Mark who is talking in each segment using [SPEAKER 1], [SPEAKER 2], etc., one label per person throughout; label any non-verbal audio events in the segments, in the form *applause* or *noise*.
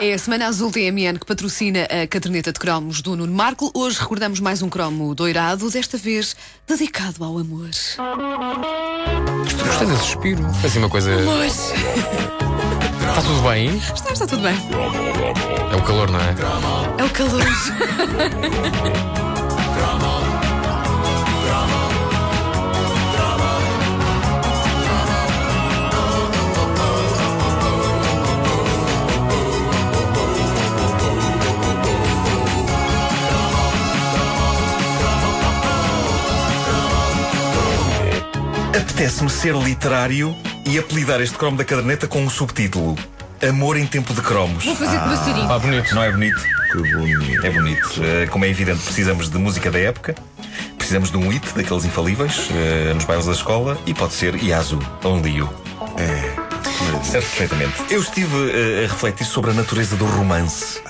[SPEAKER 1] É a Semana Azul TMN que patrocina a caderneta de cromos do Nuno Marco. Hoje recordamos mais um cromo doirado, desta vez dedicado ao amor.
[SPEAKER 2] Gostei desse suspiro. Foi assim uma coisa.
[SPEAKER 1] Mas
[SPEAKER 2] Está tudo bem?
[SPEAKER 1] está, está tudo bem.
[SPEAKER 2] É o calor, não é?
[SPEAKER 1] É o calor.
[SPEAKER 3] Apetece-me ser literário e apelidar este cromo da caderneta com um subtítulo: Amor em Tempo de Cromos.
[SPEAKER 1] Vou fazer de bacirinho.
[SPEAKER 2] Pá, bonito.
[SPEAKER 3] Não é bonito? É bonito. Eh, como é evidente, precisamos de música da época, precisamos de um hit, daqueles infalíveis, eh, nos bairros da escola, e pode ser Yasu, Only You. Certo, perfeitamente. Eu estive eh, a refletir sobre a natureza do romance.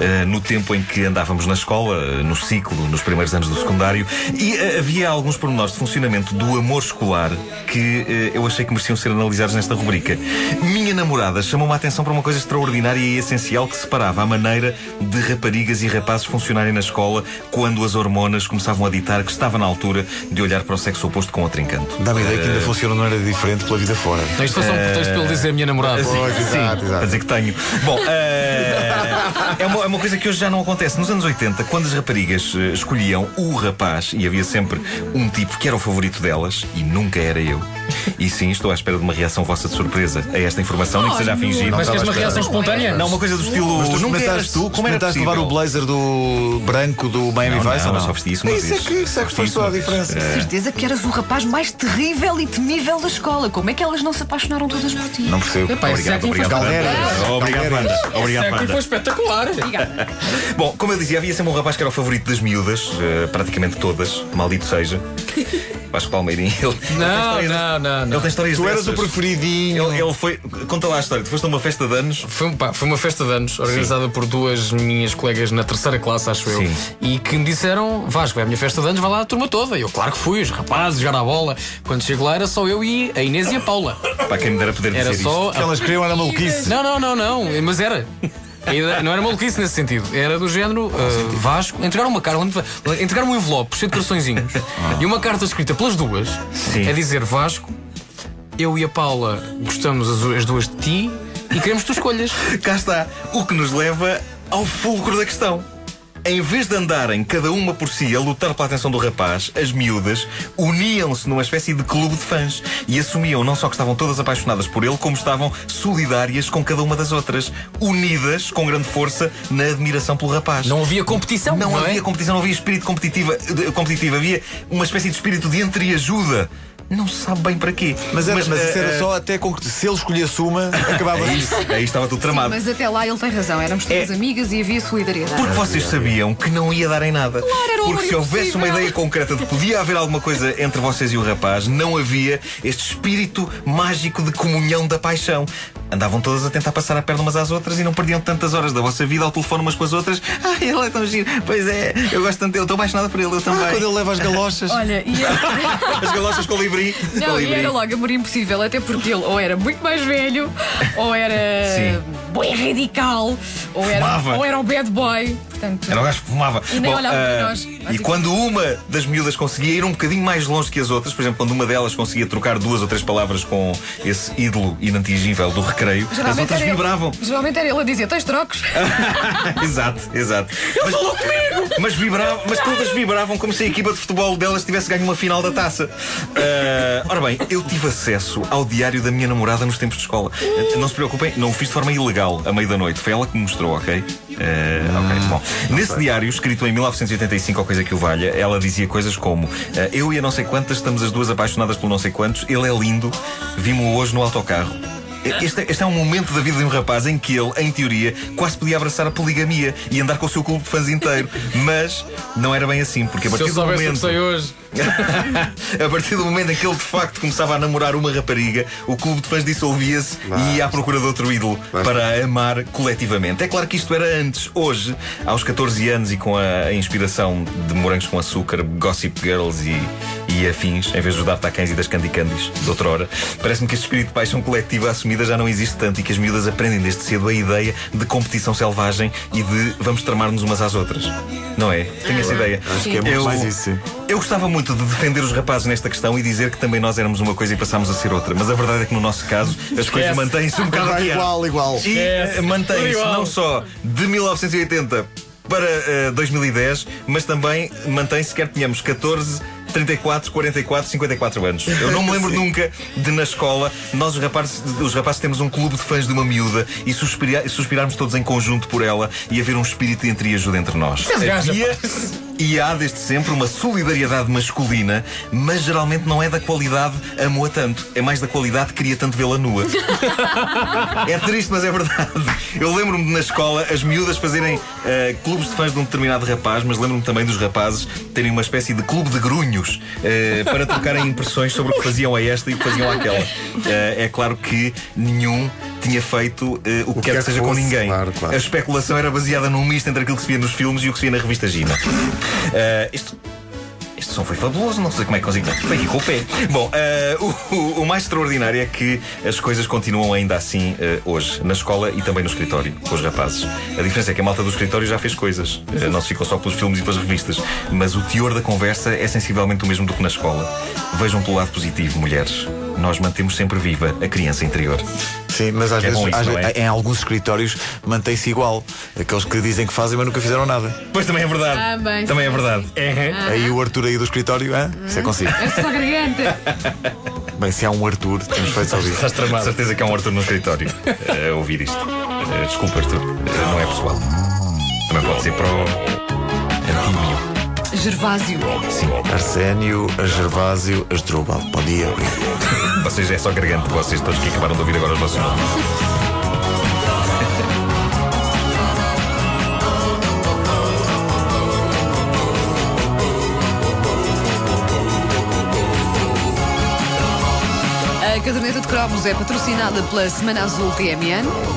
[SPEAKER 3] Eh, no tempo em que andávamos na escola, eh, no ciclo, nos primeiros anos do secundário, e eh, havia alguns pormenores de funcionamento do amor escolar que eh, eu achei que mereciam ser analisados nesta rubrica. Minha namorada chamou-me a atenção para uma coisa extraordinária e essencial que separava a maneira de raparigas e rapazes funcionarem na escola quando as hormonas começavam a ditar que estava na altura de olhar para o sexo oposto com outro encanto.
[SPEAKER 4] Dá-me a ideia que ainda funciona de maneira diferente pela vida fora.
[SPEAKER 2] Não, Isto foi
[SPEAKER 3] é-
[SPEAKER 2] só um pretexto para ele dizer a minha namorada.
[SPEAKER 4] Pois, exato,
[SPEAKER 3] Para
[SPEAKER 4] exato.
[SPEAKER 3] dizer que tenho. Bom, eh, é, uma, é uma coisa que hoje já não acontece. Nos anos 80, quando as raparigas eh, escolhiam o rapaz, e havia sempre um tipo que era o favorito delas, e nunca era eu. E sim, estou à espera de uma reação vossa de surpresa a esta informação, nem que seja a fingir.
[SPEAKER 2] Mas tens uma reação espontânea?
[SPEAKER 3] Não, uma coisa do estilo.
[SPEAKER 4] Mas tu
[SPEAKER 3] nunca
[SPEAKER 4] experimentaste,
[SPEAKER 3] eras
[SPEAKER 4] tu,
[SPEAKER 3] como era
[SPEAKER 4] experimentaste levar
[SPEAKER 3] possível?"
[SPEAKER 4] o blazer do branco do Miami
[SPEAKER 3] Não,
[SPEAKER 4] Vice
[SPEAKER 3] não,
[SPEAKER 4] ou não?
[SPEAKER 3] só vesti isso uma
[SPEAKER 4] Isso é
[SPEAKER 3] vez.
[SPEAKER 4] que, isso é que
[SPEAKER 3] Só
[SPEAKER 4] faz
[SPEAKER 3] vesti
[SPEAKER 4] toda a
[SPEAKER 3] isso uma vez.
[SPEAKER 4] diferença.
[SPEAKER 1] Certeza que eras o rapaz mais terrível e temível da escola. Como é que elas não se apaixonaram todas por ti?
[SPEAKER 3] Não percebo.
[SPEAKER 2] Epá, é esse
[SPEAKER 3] obrigado,
[SPEAKER 2] século foi
[SPEAKER 3] obrigado.
[SPEAKER 4] Galérias.
[SPEAKER 3] Wanda. Obrigado,
[SPEAKER 4] Galérias.
[SPEAKER 3] Wanda. Obrigado,
[SPEAKER 2] Século
[SPEAKER 3] Wanda.
[SPEAKER 2] foi espetacular.
[SPEAKER 3] Bom, como eu dizia, havia sempre um rapaz que era o favorito das miúdas, eh, praticamente todas, maldito seja. Vasco Palmeirinho. Ele,
[SPEAKER 2] Não,
[SPEAKER 3] ele tem histórias-
[SPEAKER 2] não, não, não.
[SPEAKER 3] Ele tem histórias
[SPEAKER 4] Tu eras o
[SPEAKER 3] dessas.
[SPEAKER 4] preferidinho.
[SPEAKER 3] Ele, ele foi. Conta lá a história. Tu foste a uma festa de anos.
[SPEAKER 2] Foi, um- pá, foi uma festa de anos organizada por duas minhas colegas na terceira classe, acho eu,
[SPEAKER 3] Sim.
[SPEAKER 2] e que me disseram: Vasco, é a minha festa de anos, vai lá a turma toda. E eu, claro que fui, os rapazes, jogar a bola. Quando chego lá era só eu e a Inês e a Paula.
[SPEAKER 3] Para quem me dera poder
[SPEAKER 2] Era
[SPEAKER 3] dizer
[SPEAKER 2] só.
[SPEAKER 3] isto.
[SPEAKER 4] Que elas queriam era maluquice.
[SPEAKER 2] Não, não, não, não, mas era. A ideia- Não era maluquice nesse sentido. Era do género ah, Vasco. Entregaram uma carta, entregaram um envelope cheio de coraçõezinhos e uma carta escrita pelas duas
[SPEAKER 3] Ah. Sim.
[SPEAKER 2] a dizer Vasco, eu e a Paula gostamos as- as duas de ti e queremos que tu escolhas.
[SPEAKER 3] Cá está. O que nos leva ao fulcro da questão. Em vez de andarem cada uma por si a lutar pela atenção do rapaz, as miúdas uniam-se numa espécie de clube de fãs e assumiam não só que estavam todas apaixonadas por ele, como estavam solidárias com cada uma das outras, unidas com grande força na admiração pelo rapaz.
[SPEAKER 2] Não havia competição,
[SPEAKER 3] Não,
[SPEAKER 2] não, é?
[SPEAKER 3] havia competição, não havia espírito competitiva, de- competitivo, havia uma espécie de espírito de entreajuda. Não se sabe bem para quê.
[SPEAKER 4] Mas, era, mas, isso
[SPEAKER 3] eh,
[SPEAKER 4] era só até com que se ele escolhesse *laughs* uma, acabava
[SPEAKER 3] eh,
[SPEAKER 4] isso.
[SPEAKER 3] Aí estava tudo tramado.
[SPEAKER 1] Mas até lá ele tem razão. Éramos todas
[SPEAKER 3] É.
[SPEAKER 1] amigas e havia solidariedade.
[SPEAKER 4] Ah,
[SPEAKER 3] Porque vocês sabiam que não ia dar em nada.
[SPEAKER 1] era o
[SPEAKER 3] Porque se
[SPEAKER 1] amor
[SPEAKER 3] houvesse uma
[SPEAKER 1] impossível.
[SPEAKER 3] ideia concreta de que podia haver alguma coisa entre vocês e o rapaz, não havia este espírito mágico de comunhão da paixão. Andavam todas a tentar passar a perna umas às outras e não perdiam tantas horas da vossa vida ao telefone umas com as outras. Ah, ele é tão giro. Pois é, eu gosto tanto dele, estou apaixonada por ele, eu também.
[SPEAKER 4] Quando ele leva as galochas.
[SPEAKER 5] Olha, e era,
[SPEAKER 3] As galochas com o livrinho. Com o
[SPEAKER 5] não, e
[SPEAKER 3] livrinho.
[SPEAKER 5] era logo amor impossível, até porque ele ou era muito mais velho, ou era
[SPEAKER 3] Sim.
[SPEAKER 5] bem radical, ou era,
[SPEAKER 3] Fumava.
[SPEAKER 5] ou era o bad boy. Portanto,
[SPEAKER 3] Era o gajo que fumava.
[SPEAKER 5] E nem olhava para
[SPEAKER 3] ah,
[SPEAKER 5] nós.
[SPEAKER 3] E quando uma das miúdas conseguia ir um bocadinho mais longe que as outras, por exemplo, quando uma delas conseguia trocar duas ou três palavras com esse ídolo inatingível do recreio, as
[SPEAKER 5] geralmente
[SPEAKER 3] outras
[SPEAKER 5] era ele-
[SPEAKER 3] vibravam.
[SPEAKER 5] Geralmente era ele a dizer: Tens trocos? *laughs*
[SPEAKER 3] *laughs* exato, exato. Ele mas, falou comigo! Mas, vibravam, mas todas vibravam como se a equipa de futebol delas tivesse ganho uma final da taça. Ah, ora bem, eu tive acesso ao diário da minha namorada nos tempos de escola. Ah, Não se preocupem, não o fiz de forma ilegal, à meia da noite. Foi ela que me mostrou, ok? Ah, ok, bom. Nesse diário, escrito em 1985, ou coisa que o valha, ela dizia coisas como: ah, Eu e a não sei quantas estamos as duas apaixonadas pelo não sei quantos, ele é lindo, vimos-o hoje no autocarro. Este, este é um momento da vida de um rapaz em que ele, em teoria, quase podia abraçar a poligamia e andar com o seu clube de fãs inteiro. Mas não era bem assim, porque a
[SPEAKER 2] Se
[SPEAKER 3] partir
[SPEAKER 2] eu
[SPEAKER 3] do
[SPEAKER 2] soubesse o que
[SPEAKER 3] momento.
[SPEAKER 2] sei hoje.
[SPEAKER 3] a partir do momento em que ele de facto começava a namorar uma rapariga, o clube de fãs dissolvia-se e ia à procura de outro ídolo para a amar coletivamente. É claro que isto era antes. Hoje, aos 14 anos e com a inspiração de morangos com açúcar, gossip girls e e afins, em vez de os taquens e das candicandes de outrora. Parece-me que este espírito de paixão coletiva assumida já não existe tanto e que as miúdas aprendem desde cedo a ideia de competição selvagem e de vamos tramar-nos umas às outras. Não é? Tenho essa ideia.
[SPEAKER 4] que é muito mais isso, sim.
[SPEAKER 3] Eu gostava muito de defender os rapazes nesta questão e dizer que também nós éramos uma coisa e passámos a ser outra. Mas a verdade é que no nosso caso as coisas mantêm-se um bocado
[SPEAKER 4] Vai
[SPEAKER 3] aqui.
[SPEAKER 4] igual, igual.
[SPEAKER 3] E eh, mantém-se
[SPEAKER 2] Igual.
[SPEAKER 3] não só de 1980 para eh, 2010, mas também mantém-se, quer tenhamos 14, 34, 44, 54 anos. Eu não me lembro nunca de, na escola, nós os rapazes, os rapazes temos um clube de fãs de uma miúda e suspira- suspirarmos todos em conjunto por ela e haver um espírito de entre ajuda entre nós.
[SPEAKER 2] gaja,
[SPEAKER 3] Havia- e há desde sempre uma solidariedade masculina, mas geralmente não é da qualidade amo-a tanto, é mais da qualidade queria tanto vê-la nua. É triste, mas é verdade. Eu lembro-me de, na escola as miúdas fazerem eh, clubes de fãs de um determinado rapaz, mas lembro-me também dos rapazes terem uma espécie de clube de grunhos eh, para trocarem impressões sobre o que faziam a esta e o que faziam àquela. Eh, é claro que nenhum tinha feito eh, o que quer que seja com
[SPEAKER 6] fosse,
[SPEAKER 3] ninguém.
[SPEAKER 6] claro, claro.
[SPEAKER 3] A especulação era baseada num misto entre aquilo que se via nos filmes e o que se via na revista Gina. Eh, isto este som foi fabuloso, não sei como é que consegui. Foi aqui com o pé. Bom, eh, o- o, o mais extraordinário é que as coisas continuam ainda assim eh, hoje, na escola e também no escritório, com os rapazes. A diferença é que a malta do escritório já fez coisas, Eh, não se ficou só pelos filmes e pelas revistas. Mas o teor da conversa é sensivelmente o mesmo do que na escola. Vejam pelo lado positivo, mulheres. Nós mantemos sempre viva a criança interior.
[SPEAKER 4] Sim, mas às
[SPEAKER 3] É
[SPEAKER 4] vezes,
[SPEAKER 3] bom isso,
[SPEAKER 4] às
[SPEAKER 3] não
[SPEAKER 4] vezes- em alguns escritórios mantém-se igual. Aqueles que dizem que fazem, mas nunca fizeram nada.
[SPEAKER 3] Pois também é verdade.
[SPEAKER 5] Ah, bem,
[SPEAKER 3] também é
[SPEAKER 5] sim,
[SPEAKER 3] verdade.
[SPEAKER 4] Aí o Arthur aí do escritório, hã? Isso é consigo.
[SPEAKER 5] É só garganta.
[SPEAKER 4] Bem, se há um Arthur, temos feito ouvir.
[SPEAKER 3] Estás tramado. certeza que há um Arthur no escritório a ouvir isto. Eh, desculpa, Arthur. Eh, não é pessoal. Também pode ser para o. Antímio.
[SPEAKER 1] Gervásio.
[SPEAKER 4] Arsénio, a Gervásio, a Asdrúbal. Bom dia, obrigado.
[SPEAKER 3] Vocês é só gargante de vocês todos que acabaram de ouvir agora os vossos nomes.
[SPEAKER 1] A caderneta de cromos é patrocinada pela Semana Azul TMN.